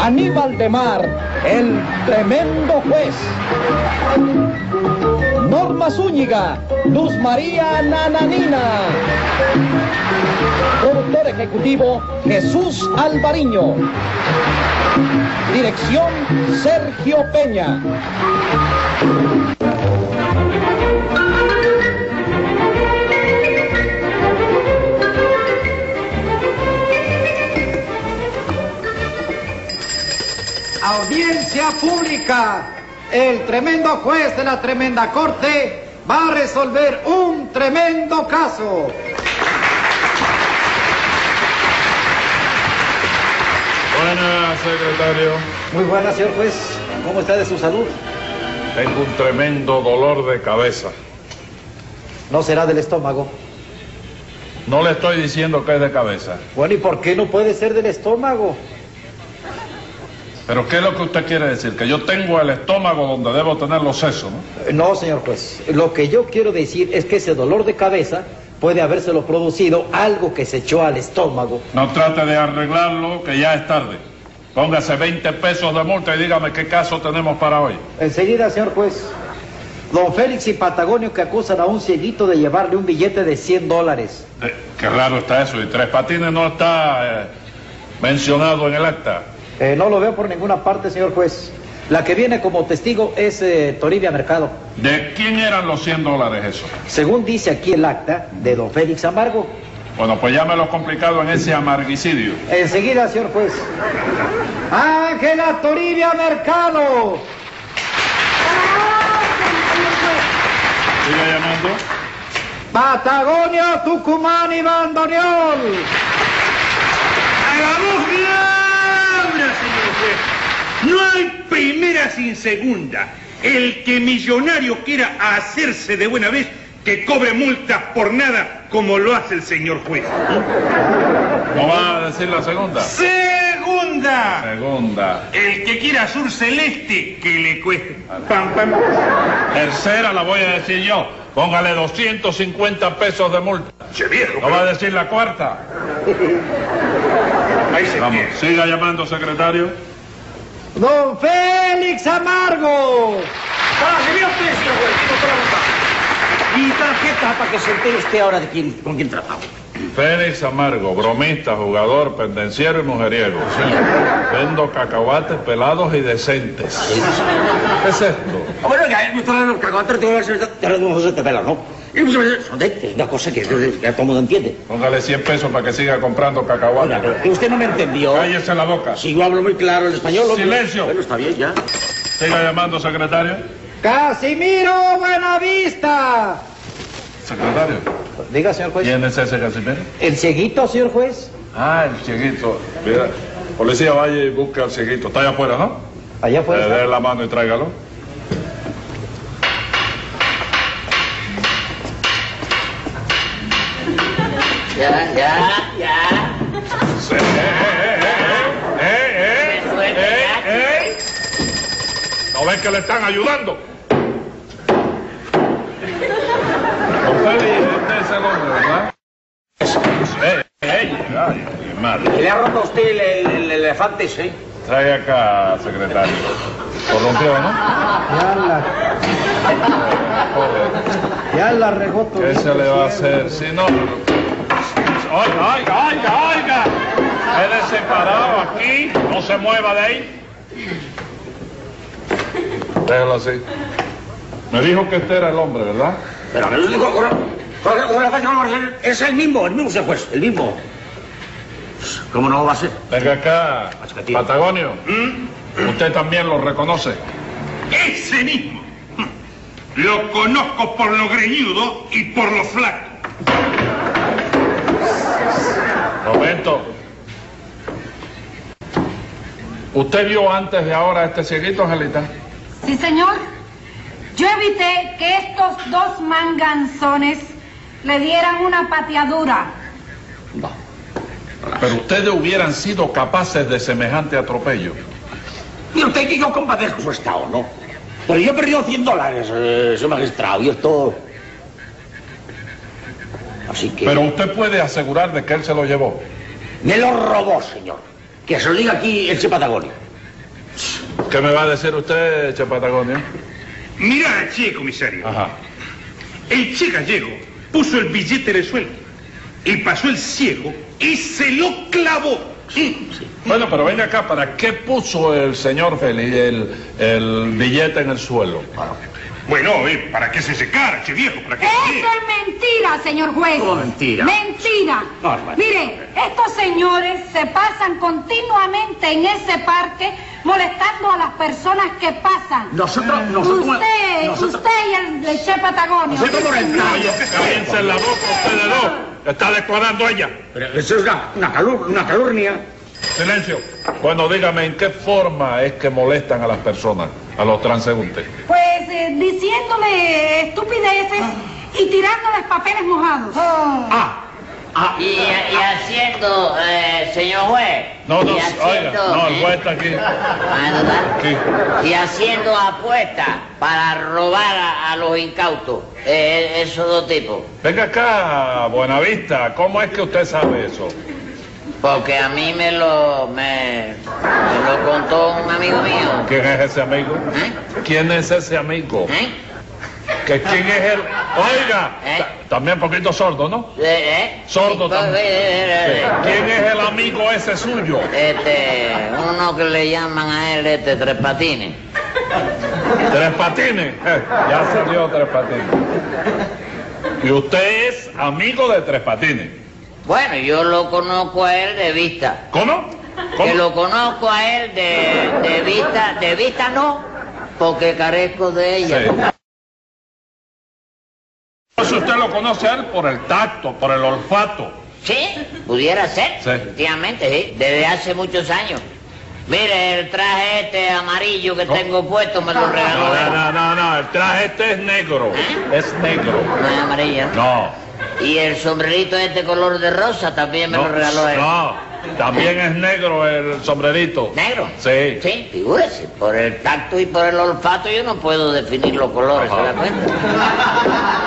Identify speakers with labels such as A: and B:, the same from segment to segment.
A: Aníbal de Mar, el tremendo juez. Norma Zúñiga, Luz María Nananina. Productor ejecutivo Jesús Alvariño. Dirección Sergio Peña.
B: Audiencia pública. El tremendo juez de la tremenda corte va a resolver un tremendo caso.
C: Buenas, secretario.
B: Muy buenas, señor juez. ¿Cómo está de su salud?
C: Tengo un tremendo dolor de cabeza.
B: No será del estómago.
C: No le estoy diciendo que es de cabeza.
B: Bueno, ¿y por qué no puede ser del estómago?
C: Pero ¿qué es lo que usted quiere decir? Que yo tengo el estómago donde debo tener los sesos, ¿no?
B: Eh, No, señor juez. Lo que yo quiero decir es que ese dolor de cabeza puede habérselo producido algo que se echó al estómago.
C: No trate de arreglarlo, que ya es tarde. Póngase 20 pesos de multa y dígame qué caso tenemos para hoy.
B: Enseguida, señor juez. Don Félix y Patagonio que acusan a un cieguito de llevarle un billete de 100 dólares.
C: Eh, qué raro está eso. Y Tres Patines no está eh, mencionado en el acta.
B: Eh, no lo veo por ninguna parte, señor juez. La que viene como testigo es eh, Toribia Mercado.
C: ¿De quién eran los 100 dólares eso?
B: Según dice aquí el acta de don Félix Amargo.
C: Bueno, pues ya me lo complicado en ese amarguicidio.
B: Enseguida, señor juez. Ángela Toribia Mercado.
C: Siga llamando.
B: Patagonia, Tucumán y Bandoneón.
D: Hagamos la obra, señor juez. No hay primera sin segunda. El que millonario quiera hacerse de buena vez, que cobre multas por nada, como lo hace el señor juez.
C: ¿No va a decir la segunda?
D: Segunda.
C: Segunda.
D: El que quiera azul celeste, que le cueste. Pam, pam.
C: Tercera la voy a decir yo. Póngale 250 pesos de multa.
D: Che viejo,
C: ¿No va a decir la cuarta?
D: ahí se
C: Vamos,
D: queda.
C: siga llamando, secretario.
B: Don Félix Amargo.
D: Para que vea usted, señor juez, que no está la multa.
E: Y tarjeta para que se entere usted ahora de quién, con quién trabajo.
C: Félix Amargo, bromista, jugador, pendenciero y mujeriego. Sí. Vendo cacahuates pelados y decentes. ¿Qué es esto?
E: Bueno, ya, me traen los cacahuates, te voy a hacer te voy a hacer de pelo, ¿no? Y pues, eh, son de- una cosa que, que todo el mundo entiende.
C: Póngale 100 pesos para que siga comprando
E: Oiga,
C: cacahuates.
E: pero usted no me entendió.
C: Cállese la boca.
E: Si yo hablo muy claro el español, hombre.
C: Silencio.
E: Bueno, está bien, ya.
C: Siga llamando, secretario.
B: Casimiro Buenavista.
C: Secretario.
B: Diga, señor juez.
C: ¿Quién es ese Casimiro?
B: El cieguito, señor juez.
C: Ah, el chiquito. Mira, policía, vaya y busca al chiquito. Está allá afuera, ¿no?
B: Allá
C: Le
B: afuera. está.
C: Eh, dé la mano y tráigalo.
E: Ya, ya, ya.
C: Sí. Eh, eh, eh, eh, eh, eh, eh, eh. ¿No ven que le están ayudando? Don Félix, este es el hombre, ¿verdad? Eh, eh, ay, mi madre.
E: Le ha roto a usted el, el- el elefante, sí.
C: Trae acá, secretario. Corrompido, ¿no?
B: Ya la,
E: Ah.
B: ya la regó
C: ¿Qué
B: Toribia.
C: se le va a hacer? Si no. Oiga, oiga, oiga, oiga. Quédese separado aquí. No se mueva de ahí. Déjalo así. Me dijo que este era el hombre, ¿verdad?
E: Pero a ver, lo digo, con- con- con la fecha, no, es el mismo, el mismo, señor juez, el mismo. ¿Cómo no va a ser?
C: Venga acá,
E: Mascatillo.
C: Patagonio. Usted también lo reconoce.
D: Ese mismo. Lo conozco por lo greñudo y por lo flaco.
C: Momento. ¿Usted vio antes de ahora a este cieguito, Angelita?
F: Sí, señor. Yo evité que estos dos manganzones le dieran una pateadura.
C: Pero ustedes hubieran sido capaces de semejante atropello.
E: Y usted que yo compadezco su estado, ¿no? Pero yo he perdido 100 dólares, eh, su magistrado, y esto... Así que...
C: Pero usted puede asegurar de que él se lo llevó.
E: Me lo robó, señor. Que se lo diga aquí el Patagonio.
C: ¿Qué me va a decir usted, Che Patagonio?
D: Mirá, che, comisario.
C: Ajá.
D: El che gallego puso el billete en el suelo y pasó el ciego y se lo clavó. Mm.
C: Bueno, pero venga acá, ¿para qué puso el señor Félix el, el billete en el suelo?
D: Bueno, eh, ¿para qué se secara, che viejo? ¿Para qué?
F: Eso es mentira, señor juez.
E: ¿Cómo mentira?
F: Mentira.
E: No, hermano.
F: Mire, estos señores se pasan continuamente en ese parque molestando a las personas que pasan.
E: Nosotros, nosotros...
F: usted,
E: nosotros-
F: usted y el de Che Patagonio.
E: Nosotros
F: sí,
E: por el
F: señor.
E: caballo.
C: Cállense la boca ustedes dos. Está declarando ella.
E: Pero eso es una, una, calur- una calurnia.
C: Silencio. Bueno, dígame, ¿en qué forma es que molestan a las personas, a los transeúntes?
F: Pues eh, diciéndole estupideces y tirándoles papeles mojados.
E: Ah, ah,
G: Y, y haciendo, eh, señor juez.
C: No, no,
G: y
C: oiga, no, el juez está aquí.
G: Ah, ¿no está?
C: Aquí.
G: Y haciendo apuestas para robar a, a los incautos. Eh, esos dos tipos.
C: Venga acá, Buenavista, ¿cómo es que usted sabe eso?
G: Porque a mí me lo, me, me lo contó un amigo mío.
C: ¿Quién es ese amigo?
G: ¿Eh?
C: ¿Quién es ese amigo?
G: ¿Eh?
C: ¿Que ¿Quién es el...? Oiga,
G: ¿Eh?
C: ta- también poquito sordo, ¿no?
G: ¿Eh? ¿Eh?
C: Sordo
G: Sí,
C: también.
G: eh, eh, eh.
C: ¿Quién es el amigo ese suyo?
G: Este, uno que le llaman a él este tres patines.
C: Tres patines. Eh, ya salió tres patines. Y usted es amigo de tres patines.
G: Bueno, yo lo conozco a él de vista.
C: ¿Cómo? ¿Cómo?
G: Que lo conozco a él de, de vista, de vista no, porque carezco de
C: Sí.
G: ella.
C: Entonces usted lo conoce a él por el tacto, por el olfato.
G: Sí, pudiera ser,
C: Sí.
G: efectivamente, sí, desde hace muchos años. Mire, el traje este amarillo que
C: No.
G: tengo puesto me lo regaló
C: No, no,
G: él.
C: no, no, no, el traje este es negro.
G: ¿Eh?
C: Es negro.
G: No es amarillo. ¿no?
C: No.
G: Y el sombrerito este color de rosa también me
C: no,
G: lo regaló él.
C: no. También es negro el sombrerito.
G: ¿Negro?
C: Sí.
G: Sí, figúrese, por el tacto y por el olfato yo no puedo definir los colores, ¿se da
C: Ajá.
G: cuenta?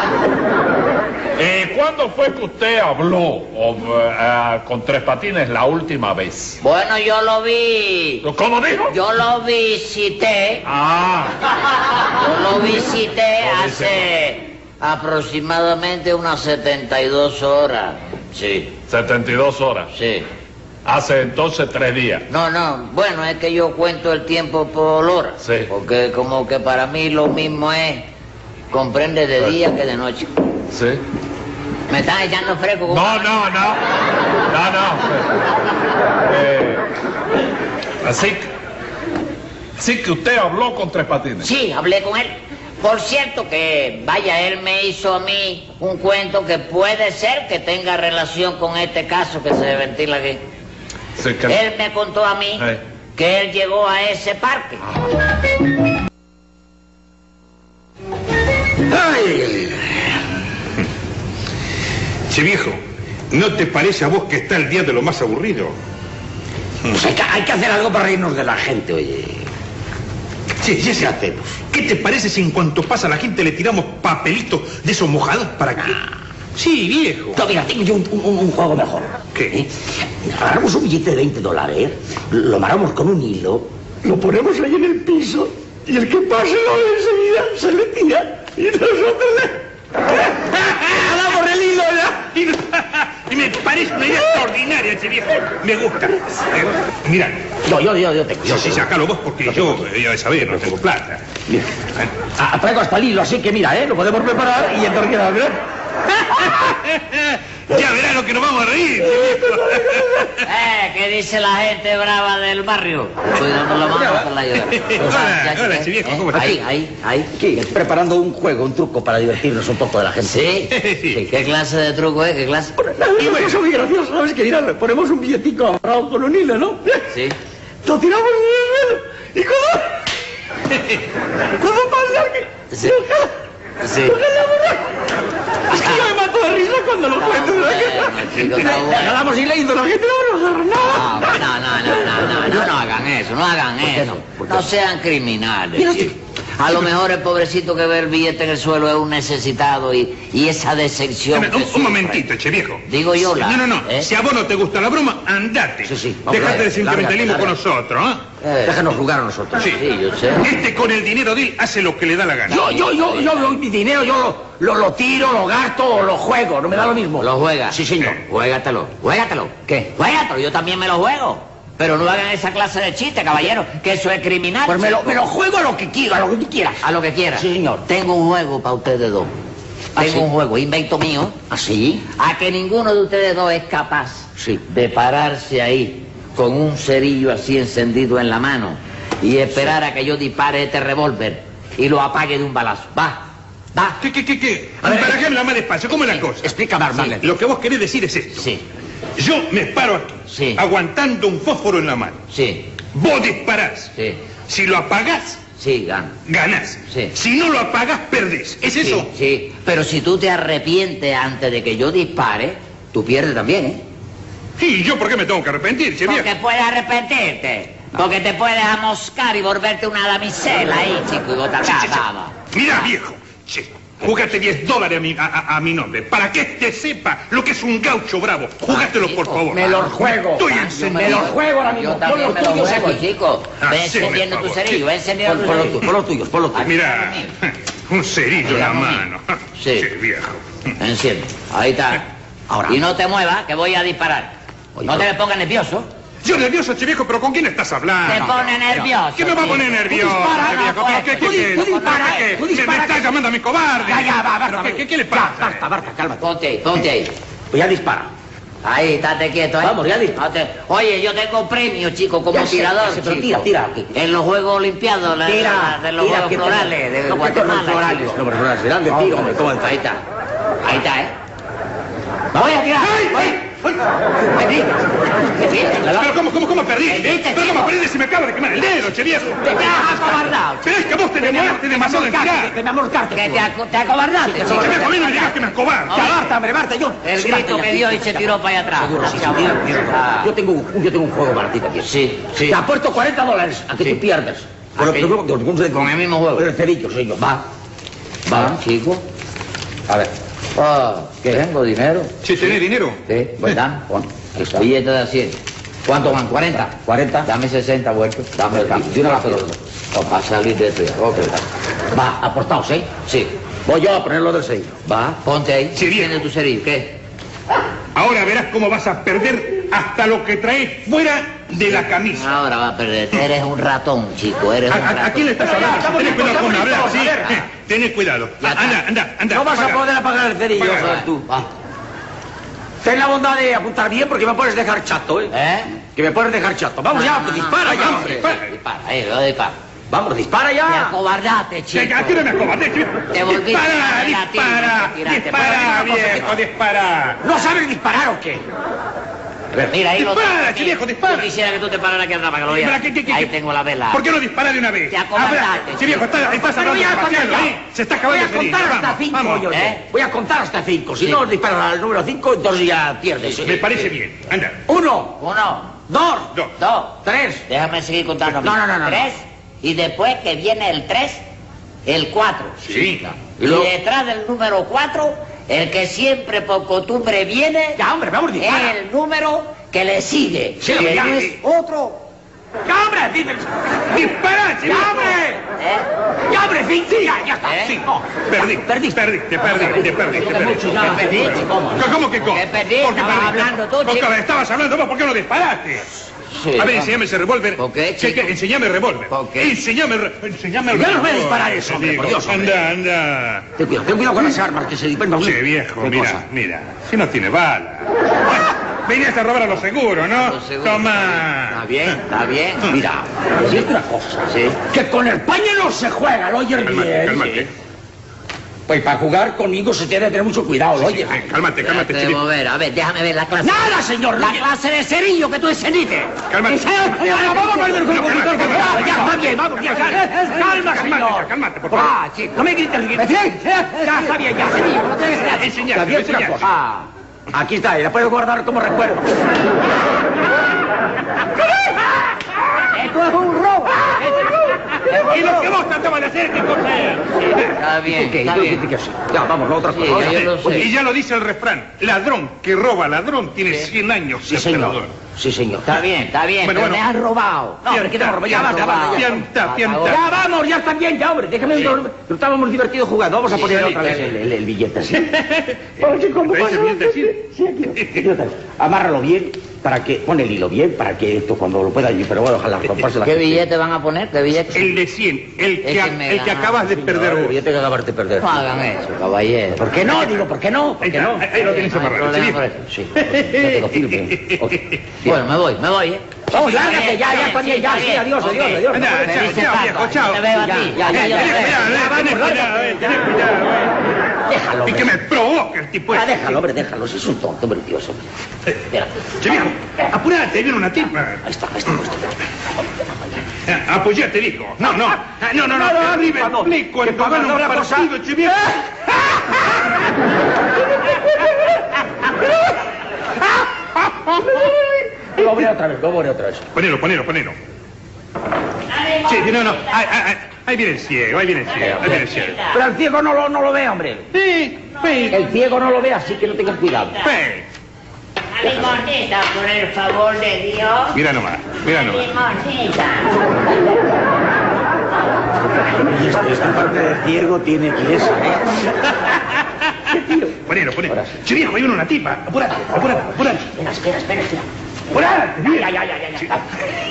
C: Eh, ¿Cuándo fue que usted habló o, eh, ah, con tres patines la última vez?
G: Bueno, yo lo vi,
C: ¿Cómo dijo?
G: yo lo visité
C: Ah,
G: Yo lo visité
C: No,
G: hace aproximadamente unas 72 horas. Sí,
C: 72 horas.
G: sí.
C: Hace entonces tres días.
G: No, no, bueno, es que yo cuento el tiempo por hora.
C: Sí.
G: Porque como que para mí lo mismo es, comprende de día que de noche.
C: Sí.
G: Me están echando fresco. con-
C: No, no, no. No, no. Eh, así que, sí que usted habló con tres patines.
G: Sí, hablé con él. Por cierto que, vaya, él me hizo a mí un cuento que puede ser que tenga relación con este caso que se ventila aquí.
C: Sí, que-
G: Él me contó a mí
C: Eh.
G: que él llegó a ese parque.
D: ¡Ay! Che viejo, ¿no te parece a vos que está el día de lo más aburrido?
E: pues hay que, hay que hacer algo para reírnos de la gente, oye.
H: Sí, sí, sí.
E: ¿Qué hacemos?
H: ¿Qué te parece si en cuanto pasa la gente le tiramos papelitos de esos mojados para que... Sí, viejo.
E: No, mira, tengo yo un, un- un juego mejor.
H: ¿Qué?
E: ¿Eh? Agarramos un billete de 20 dólares, lo amarramos con un hilo, lo ponemos ahí en el piso, y el que pase lo ve enseguida se le tira, y nosotros le...
H: ¡Damos el hilo ya!
D: Y me parece una idea extraordinaria, che viejo.
H: Me gusta. Eh, mira,
E: Yo, yo, yo, yo tengo.
H: yo
E: Yo,
H: sí,
E: tengo.
H: sacalo vos porque yo, eh, ya de saber, no tengo plata.
E: Mira, ah, traigo hasta el hilo, así que mira, ¿eh? Lo podemos preparar y entonces queda, ¿verdad?
H: Ya verás lo que nos vamos a reír.
G: Eh, ¿qué dice la gente brava del barrio? Estoy dando la mano con la ayuda.
H: Hola, hola, che viejo, ¿cómo estás?
G: Eh, Ahí, ahí, ahí.
E: Aquí, preparando un juego, un truco para divertirnos un poco de la gente.
G: ¿Sí?
H: Sí.
G: ¿Qué clase de truco es? ¿Qué clase?
E: Y bueno, eso es muy gracioso, ¿sabes qué? Mira, le ponemos un billetico amarrado con un hilo, ¿no?
G: Sí.
E: Lo tiramos en el hilo y cuando... Cuando pasa que...
G: Sí. Sí.
E: Lo jalamos, Es que yo me mato de risa cuando lo cuento, ¿verdad?
G: bueno, chico, está Ah. bueno.
E: Jalamos y leyendo, la gente no nos agarra nada.
G: No, no, no, no, no, no, no, no hagan eso, no hagan
E: ¿Por qué
G: eso.
E: no?
G: No,
E: ¿Por qué no?
G: sean criminales.
E: Mira usted.
G: A lo mejor el pobrecito que ve el billete en el suelo es un necesitado y, y esa decepción.
D: Dame,
G: que
D: Un, un
G: sufre.
D: momentito, che viejo.
G: Digo yo la.
D: No, no, no.
G: ¿eh?
D: Si a vos no te gusta la broma, andate.
E: Sí, sí.
D: Dejate
E: Hombre,
D: de sentimentalismo con
E: lárgate,
D: nosotros, ¿ah?
G: Eh,
E: Déjanos jugar a nosotros.
G: Sí, yo sé.
D: Este con el dinero de él hace lo que le da la gana.
E: Yo, yo, yo, yo, yo, mi dinero, yo lo, lo, lo tiro, lo gasto o lo juego, no me da lo mismo.
G: ¿Lo juegas?
E: Sí, señor.
G: Juégatelo, juégatelo.
E: ¿Qué?
G: Juégatelo, yo también me lo juego. Pero no hagan esa clase de chiste, caballero, que eso es criminal.
E: Pues me lo, me lo juego a lo que quiero, a lo que tú quieras.
G: A lo que quiera.
E: Sí, señor.
G: Tengo un juego para ustedes dos.
E: ¿Ah,
G: Tengo
E: sí? ¿Ah,
G: un juego, invento mío,
E: ¿Así?
G: a que ninguno de ustedes dos es capaz
E: Sí.
G: de pararse ahí con un cerillo así encendido en la mano y esperar a que yo dispare este revólver y lo apague de un balazo. Va, va.
D: ¿Qué, qué, qué, qué?
E: A ver,
D: Barajémela más despacio, ¿cómo es la cosa?
E: Explícame, Armando.
D: Lo que vos querés decir es esto.
G: Sí,
D: Yo me paro aquí,
G: Sí.
D: aguantando un fósforo en la mano.
G: sí,
D: Vos disparás.
G: sí,
D: Si lo apagás,
G: sí, gano.
D: ganás.
G: Sí.
D: Si no lo apagás, perdés. ¿Es
G: Sí,
D: eso?
G: Sí, pero si tú te arrepientes antes de que yo dispare, tú pierdes también, ¿eh?
D: ¿Y yo por qué me tengo que arrepentir, che viejo?
G: Porque puedes arrepentirte. Porque te puedes amoscar y volverte una damisela ahí, chico, y botar
D: Che, che, che.
G: acá,
D: Mirá, viejo. Che, jugate 10 dólares a mi, a, a- a mi nombre. Para que este sepa lo que es un gaucho bravo. Jugátelo, por favor.
E: Ah,
D: Ah,
E: Me lo juego. Ah,
D: Estoy
E: Me
D: encendido.
E: lo juego ahora mismo.
G: Yo también
E: Pon
G: me
E: los
G: lo
E: tuyos
G: juego,
E: aquí.
G: chico.
D: Ah,
G: Ven
D: sí,
G: encendiendo
D: por
G: tu
D: favor,
G: cerillo, ven encendiendo
E: Pon,
G: tu
E: pon los
G: cerillo.
E: tuyos, pon los tuyos, pon los tuyos.
D: Mirá, un cerillo en la mano.
G: Sí.
D: Che, viejo.
G: Enciende. Ahí está.
E: Ahora.
G: Y no te muevas, que voy a disparar.
E: Oye,
G: no te
E: pero-
G: le pongas nervioso.
D: Yo nervioso, che viejo, pero ¿con quién estás hablando?
G: te pone nervioso.
D: ¿Qué me va a
G: chico.
D: poner nervioso,
E: dispara,
D: che viejo?
G: ah,
D: ¿Pero qué
G: tú
D: quiere?
E: di- tú dispara,
D: ¿Pero qué?
E: tú
D: Se me
E: dispara.
D: está llamando a mi cobarde.
E: Ya, ya, va, basta.
D: ¿Pero qué,
E: amigo.
D: qué le
E: Ya,
D: pasa?
E: Basta, basta, cálmate.
G: Ponte ahí, ponte ahí.
E: Pues ya dispara.
G: Ahí, estate quieto, ¿eh?
E: Vamos, ya dispara.
G: No te- Oye, yo tengo premio, chico, como
E: Ya sé,
G: tirador,
E: ya sé, pero
G: chico.
E: tira, tira aquí.
G: En los Juegos Olimpiados, la-
E: Tira,
G: la- de los
E: tira,
G: Juegos
E: que te-
G: Florales, de
E: No, que te-
G: Guatemala.
E: los florales,
G: chico.
E: no, pero florales, serán de tiro, hombre, ¿cómo está?
G: Ahí está, ahí está, ¿eh? Voy a tirar, voy. Me tira, me tira.
D: ¿Pero cómo, cómo, cómo perdí?
G: Perdiste,
D: eh? ¿Pero cómo
G: chico.
D: perdí si me acaba de quemar el dedo, che viejo?
G: Te me has acobardado, chico.
D: Pero es que vos te demoraste demasiado en tirar.
E: Déjame amorcarte.
G: Que te, aco- te acobardaste,
D: Che
G: chico.
D: viejo, a mí no me digas que me acobardo.
E: Ya basta, hombre, basta, yo.
G: El
E: Sí,
G: grito
E: basta,
G: que
E: ya,
G: dio y
E: ya,
G: se
E: ya.
G: tiró para allá atrás.
E: Seguro, sí, sí,
G: Ah,
E: tira, tira.
G: ah.
E: Yo tengo, un- yo tengo un juego para ti también.
G: Sí, sí.
E: Te apuesto 40 dólares a que
G: Sí.
E: tú pierdas. Con,
G: ¿A que- con el mismo juego?
E: Con el cerillo, Ah. señor. Va.
G: Va, chico.
E: A ver.
G: Ah, que tengo dinero.
D: Che, ¿tenés dinero?
G: Sí, ¿verdad?
E: Pon. ¿eh? Ahí está.
G: Billete de 100. ¿Cuánto van? ¿40?
E: 40.
G: Dame 60 vueltos. Dame el cambio.
E: De una vez te lo doy.
G: No, para salir de esto ya. Ok.
E: Va, aportados, ¿eh?
G: Sí.
E: Voy yo a ponerlo del cerillo.
G: Va, ponte ahí.
D: Sí, bien.
G: Tiene tu cerillo. ¿Qué?
D: Ahora verás cómo vas a perder hasta lo que traes fuera de la camisa.
G: Ahora va a perder. Eres un ratón, chico. Eres
D: ¿A,
G: un
D: a-
G: ratón.
D: a quién le estás
E: Pero ya,
D: hablando?
E: estamos
D: Tenés
E: listos,
D: cuidado con
E: estamos
D: hablar, sí.
E: listos, a ver.
D: eh, Tenés cuidado.
G: Ya está.
D: Anda, anda, anda.
E: No vas a
D: apaga.
E: poder apagar el cerillo.
D: Paga.
E: joder, tú.
G: Va.
E: Ten la bondad de apuntar bien porque me puedes dejar chato, ¿eh?
G: ¿Eh?
E: Que me puedes dejar chato. Vamos ya,
G: Ah,
E: pues dispara ya, hombre. Ah.
G: Dispara, dispara. Eh, lo dispara.
E: Vamos, dispara
G: Te
E: ya.
G: acobardaste,
D: Che,
G: chico.
D: ¿A quién me acobardé, che viejo?
G: Te volviste
D: Dispara,
G: a la
D: dispara,
G: latina,
D: dispara,
G: te tiraste. Por la misma cosa que
D: viejo,
G: tú.
D: dispara.
E: ¿No sabes disparar o qué?
G: Mira, ahí lo
D: Dispara,
G: tengo.
D: che, viejo, dispara.
G: Yo quisiera que tú te pararas aquí atrás para que lo
D: Espera,
G: veas.
D: ¿qué, qué, qué,
G: Ahí
D: qué?
G: tengo la
E: Ah.
G: vela.
D: ¿Por qué no dispara de una vez?
G: Te acobardaste,
D: Habla. Che, viejo, estás, estás
E: Pero voy
D: hablando
E: a contar
D: demasiado,
E: ya.
D: ¿eh? Se está acabando
E: Voy a
D: el
E: contar
D: cerillo.
E: hasta
D: Vamos,
E: cinco
D: vamos.
E: yo.
G: ¿Eh?
E: Voy a contar hasta cinco. Si
G: Sí.
E: no disparas al número cinco, entonces ya pierdes.
D: Me parece bien. Anda.
E: Uno,
G: Uno,
E: dos,
D: Dos.
G: dos.
E: tres.
G: Déjame seguir contando. a mí.
E: No, no, no, no.
G: Tres, y después que viene el tres, el cuatro.
D: Sí.
G: Y
E: Lo-
G: detrás del número cuatro, el que siempre por costumbre viene,
E: Ya, hombre, vamos,
G: es
E: dispara.
G: el número que le sigue.
E: Sí,
G: Que
E: ya.
G: no es otro.
E: ¡Ya, hombre! dime.
D: Dispara, che,
E: ¡Ya,
D: viejo.
E: hombre!
G: ¿eh?
E: ¡Ya, hombre! fin, sí, ¡Ya, ya está!
G: ¿Eh?
E: sí, no.
D: Perdí,
E: Ah, Perdiste.
D: perdí, te perdí, te perdí, te perdí.
E: mucho ya.
G: Perdiste, ¿cómo?
D: ¿Cómo, ¿Cómo que cómo?
G: Te perdí,
D: ¿Por qué
G: estabas
D: perdiste?
G: hablando tú,
D: Porque
G: chico.
D: estabas hablando vos, ¿por qué no disparaste?
G: Sí,
D: a ver,
G: vamos.
D: enseñame ese revólver.
G: ¿Por qué,
D: Che,
G: chico?
D: que- Enseñame el revólver.
G: ¿Por qué?
D: Enseñame el re- enseñame el
E: Ya
D: revólver.
E: no voy a disparar eso, hombre,
D: Te
E: por
D: digo.
E: Dios, hombre.
D: Anda, anda.
E: Ten cuidado, ten cuidado con las armas que se disparan.
D: Che, viejo,
E: ¿Qué
D: mira,
E: cosa?
D: mira. Si no tiene bala. Bueno, Venías a robar a los seguros, ¿no?
G: Los seguros. Está
D: Toma.
G: bien, está bien.
E: Mira, decirte una cosa.
G: Sí.
E: Que con el paño no se juega, lo oyes
D: Calmate,
E: bien.
D: calmate.
E: Pues para jugar conmigo se tiene que tener mucho cuidado, lo oyes.
D: Eh, Calmate, calmate,
G: Déjate
D: che,
G: de
D: viejo.
G: mover. A ver, déjame ver la clase.
E: Nada, señor.
G: La
E: lo-
G: clase de cerillo que tú encendiste.
D: Calmate.
E: Ahora vamos a perder con el conductor, con- Ah, ya, está bien, vamos, ya, calma, calma,
D: Calmate,
E: señor.
D: calmate, por favor.
E: Ah, chico, no me grites. grites. Ya está bien, ya, señor, no tienes que-
D: Enseñate,
E: Te advierto una
D: enseñate.
E: cosa. Ah, aquí está, y la puedo guardar como recuerdo.
G: Esto es un
D: Y lo que vos tratabas de hacer, ¿qué cosa era?
G: Está bien,
E: Ok,
G: está
E: yo
G: bien.
E: dije que sí. Ya, vamos, la otra
G: Sí,
E: cosa.
G: ya yo lo sé.
D: Y ya lo dice el refrán, ladrón que roba ladrón tiene 100 años,
E: Sí, señor. Sí, señor.
G: Está bien, está bien,
D: Bueno,
G: pero
D: bueno.
G: me han robado.
E: No, hombre, que no, hombre, ya basta, basta, ya.
D: Pianta, pianta.
E: Ya Ah, vamos, ya está bien, ya, hombre. Déjame
G: Sí.
E: dormir. Estábamos divertidos jugando. Vamos a
G: Sí,
E: poner
G: sí,
E: otra vez
G: sí.
E: el, el- el billete así. Para que cuando
D: ¿Ese
E: pase la
D: billete
E: gente- Sí, aquí, aquí otra vez. Amárralo bien, para que... Pon el hilo bien, para que esto cuando lo pueda... Pero bueno, ojalá romperse la
G: ¿Qué
E: gente.
G: billete van a poner? ¿Qué billete?
D: El de 100, el que,
G: Ese
D: a-
G: me
D: el que
G: ganaron,
D: acabas de perder
E: El
D: vos.
E: billete que acabaste de perder.
G: No hagan eso, caballero.
E: ¿Por qué no? Digo, ¿por qué no? ¿Por
D: Ahí
E: qué
D: está,
E: no?
D: ahí- ahí lo tienes
G: No hay
D: amarrado.
G: problema
D: Sí.
G: por eso.
E: Sí, por supuesto, ya te lo firme. Ok.
G: Bueno, me voy, me voy, ¿eh?
E: Vamos, lárgate, ya, ya, está bien, ya, sí, adiós, adiós, adiós.
D: Anda,
E: No puede
D: chao,
E: ser.
G: dice
D: chao,
G: tanto,
D: viejo, chao.
G: no te veo a ti, ya, ya,
D: Eh,
G: ya lo
D: tenés cuidado, eh,
E: Ya,
G: sé.
D: tenés
E: vamos,
D: cuidado, eh, tenés cuidado, eh.
E: Déjalo,
D: Y que
E: hombre.
D: me provoca el tipo
E: Ah,
D: este.
E: déjalo, hombre, déjalo. Si es un tonto, hombre, tío, hombre. Mira,
D: Che, viejo, apurate, viene una tipa.
E: ahí está, ahí está, ahí está.
D: Eh, Apoyate, viejo. No, no, Ah, no, no, no,
E: Claro,
D: a mí me
E: cuando-
D: explico
E: que
D: cuando
E: cuando
D: gana un
E: habrá cosa-
D: partido, che, viejo.
E: Lo abre otra vez, lo abre otra vez.
D: Ponelo, ponelo, ponelo. Che, no, no, ah, ah, ah, ahí viene el ciego, ahí viene el ciego, ahí viene el ciego.
E: Pero el ciego no lo, no lo ve, hombre.
D: Eh, ve,
E: El ciego no lo ve, así que no tengas cuidado.
D: ve.
I: Limonita, por el favor de Dios.
D: Mira nomás, mira nomás.
I: Limonita.
E: Esta parte del ciego tiene iglesia, ¿eh?
D: Ponelo, ponelo. Che, viejo, ahí viene una tipa. Apurate, apurate, apurate.
E: Espera, espera, espera, espera.
D: ¡Apurate, viejo!
E: Ya, ya, ya, ya, ya.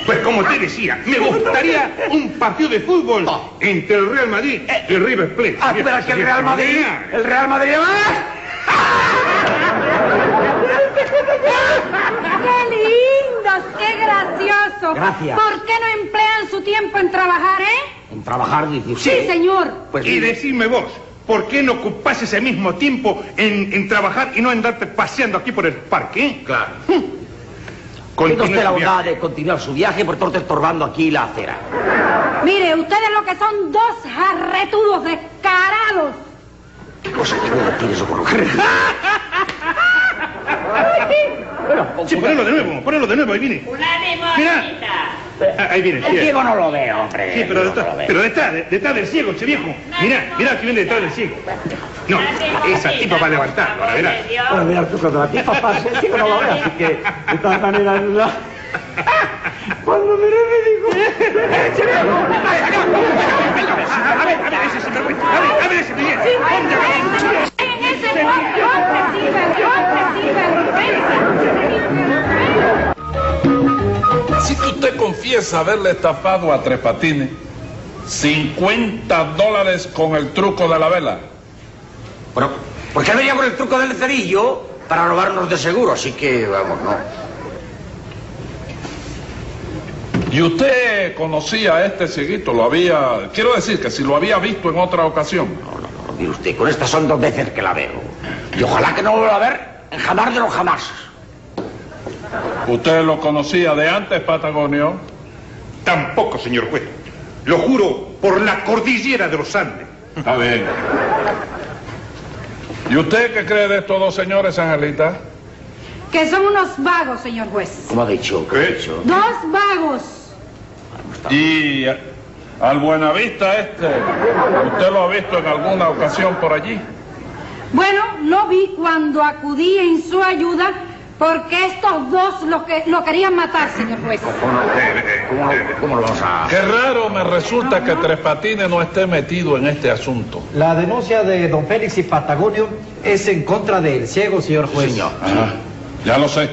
D: Pues como te decía, me gustaría un partido de fútbol entre el Real Madrid y el River Plate.
E: Oh. Ah, espera, que el Real Madrid... El Real Madrid... ¡Ah!
F: ¡Qué lindos! ¡Qué graciosos!
E: Gracias.
F: ¿Por qué no emplean su tiempo en trabajar, eh?
E: En trabajar, dice usted.
F: Sí, señor.
E: Pues
D: Y decime vos, ¿por qué no ocupás ese mismo tiempo en, en trabajar y no andarte paseando aquí por el parque? eh?
E: Claro. Tenga
D: Continúa
E: usted la
D: su viaje.
E: bondad de continuar su viaje por estar estorbando aquí la acera.
F: Mire, ustedes lo que son dos jarretudos descarados.
E: ¿Qué cosa que Pues no tiene eso por lo que...
D: Sí, ponelo de nuevo, ponelo de nuevo, ahí viene.
I: Una limonita.
D: Ah, ahí viene,
E: El
D: sí.
E: ciego no lo ve, hombre.
D: Sí, pero
E: No lo
D: detrás,
E: ve.
D: pero detrás, de- detrás del ciego, che viejo. Mirá, mirá que viene detrás del ciego. No, esa tipa va a levantar, ahora verás.
E: Bueno, mira, tú cuando la tipa pasa, el ciego no lo ve, así que de todas maneras no. Cuando miré me dijo, ¡Eh, che, viejo!
D: A ver, a ver, ese es A ver, a ver, ese billete.
F: En ese golpe, golpe, sí, golpe, sí, vergüenza.
C: Si usted confiesa haberle estafado a Tres Patines 50 dólares con el truco de la vela,
E: Bueno, porque él venía con el truco del cerillo para robarnos de seguro, así que vamos, no.
C: y usted conocía a este cieguito, lo había, quiero decir que si lo había visto en otra ocasión,
E: No, no, no, mire usted, con estas son dos veces que la veo. Y ojalá que no vuelva a ver en jamás de los jamás.
C: usted lo conocía de antes, Patagonio.
D: Tampoco, señor juez. Lo juro por la cordillera de los Andes.
C: Está bien. ¿Y usted qué cree de estos dos señores, Angelita?
F: Que son unos vagos, señor juez.
E: ¿Cómo ha dicho? ¿Cómo ha dicho?
F: Dos vagos.
C: Y eh, al Buenavista este, ¿usted lo ha visto en alguna ocasión por allí?
F: Bueno, lo vi cuando acudí en su ayuda porque estos dos lo, que, lo querían matar, señor juez.
E: ¿Cómo lo, cómo lo vamos a...?
C: Qué raro me resulta que Tres Patines no esté metido en este asunto.
B: La denuncia de don Félix y Patagonio es en contra del ciego, señor juez.
E: Señor.
C: Ajá, ya lo sé.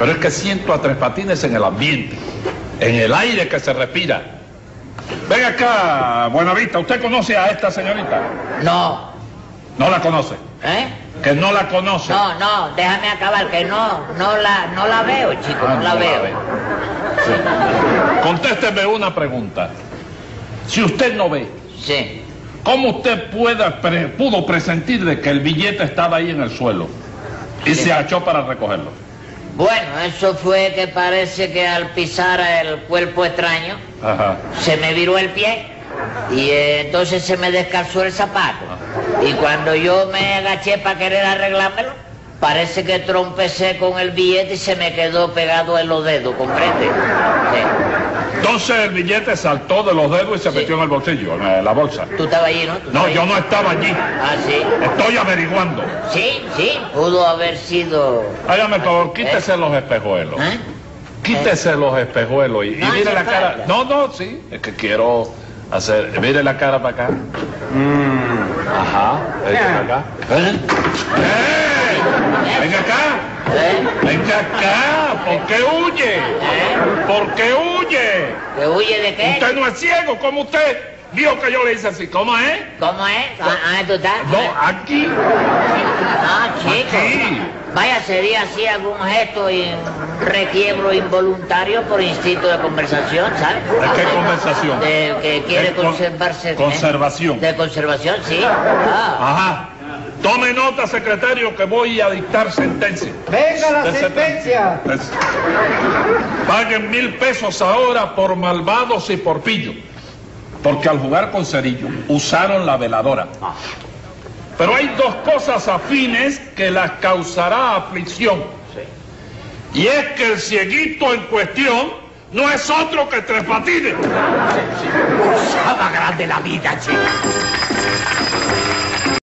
C: Pero es que siento a Tres Patines en el ambiente, en el aire que se respira. Venga acá, Buenavista, ¿usted conoce a esta señorita?
G: No,
C: No la conoce,
G: ¿eh?
C: que no la conoce.
G: No, no, déjame acabar, que no, no la, no la veo, chico,
C: Ah,
G: no la
C: ve.
G: veo.
C: Sí. Contésteme una pregunta. Si usted no ve,
G: Sí.
C: ¿cómo usted pueda, pre- pudo presentir de que el billete estaba ahí en el suelo y se achó para recogerlo?
G: Bueno, eso fue que parece que al pisar el cuerpo extraño
C: Ajá.
G: se me viró el pie y eh, entonces se me descalzó el zapato. Y cuando yo me agaché para querer arreglármelo, parece que trompecé con el billete y se me quedó pegado en los dedos, ¿comprende? Sí.
C: Entonces el billete saltó de los dedos y se
G: Sí.
C: metió en el bolsillo, en eh, la bolsa.
G: Tú estabas allí, ¿no? Tú
C: No,
G: estabas
C: yo
G: allí.
C: no estaba allí.
G: Ah, sí.
C: Estoy averiguando.
G: Sí, sí. Pudo haber sido.
C: Hágame el favor, quítese los espejuelos.
G: ¿Eh?
C: Quítese los espejuelos y, y
G: No
C: mire
G: hace
C: la cara.
G: falta.
C: No, no, sí. Es que quiero hacer. Mire la cara para acá.
G: Mm.
C: Ajá. Eche para acá. ¿Eh? ¡Eh! ¡Venga acá!
G: ¿Eh?
C: ¡Venga acá! ¿Por qué huye? ¿Por qué huye?
G: ¿Que huye de qué?
C: Usted no es ciego, como usted dijo que yo le hice así. ¿Cómo es?
G: ¿Cómo es? Ah, ah, tú estás.
C: No, aquí.
G: Ah, chico.
C: Aquí.
G: Vaya, sería así algún gesto y un requiebro involuntario por instinto de conversación, ¿sabes?
C: ¿De qué conversación?
G: De que quiere
C: De con-
G: conservarse. ¿eh?
C: conservación.
G: De conservación, sí. Ah.
C: Ajá. Tome nota, secretario, que voy a dictar sentencia.
B: Venga la
C: Usted se-
B: sentencia.
C: Es- Paguen mil pesos ahora por malvados y por pillo. Porque al jugar con cerillo usaron la veladora. Pero hay dos cosas afines que las causará aflicción. Y es que el cieguito en cuestión no es otro que Tres Patines.
E: Cosa más grande la vida, chico.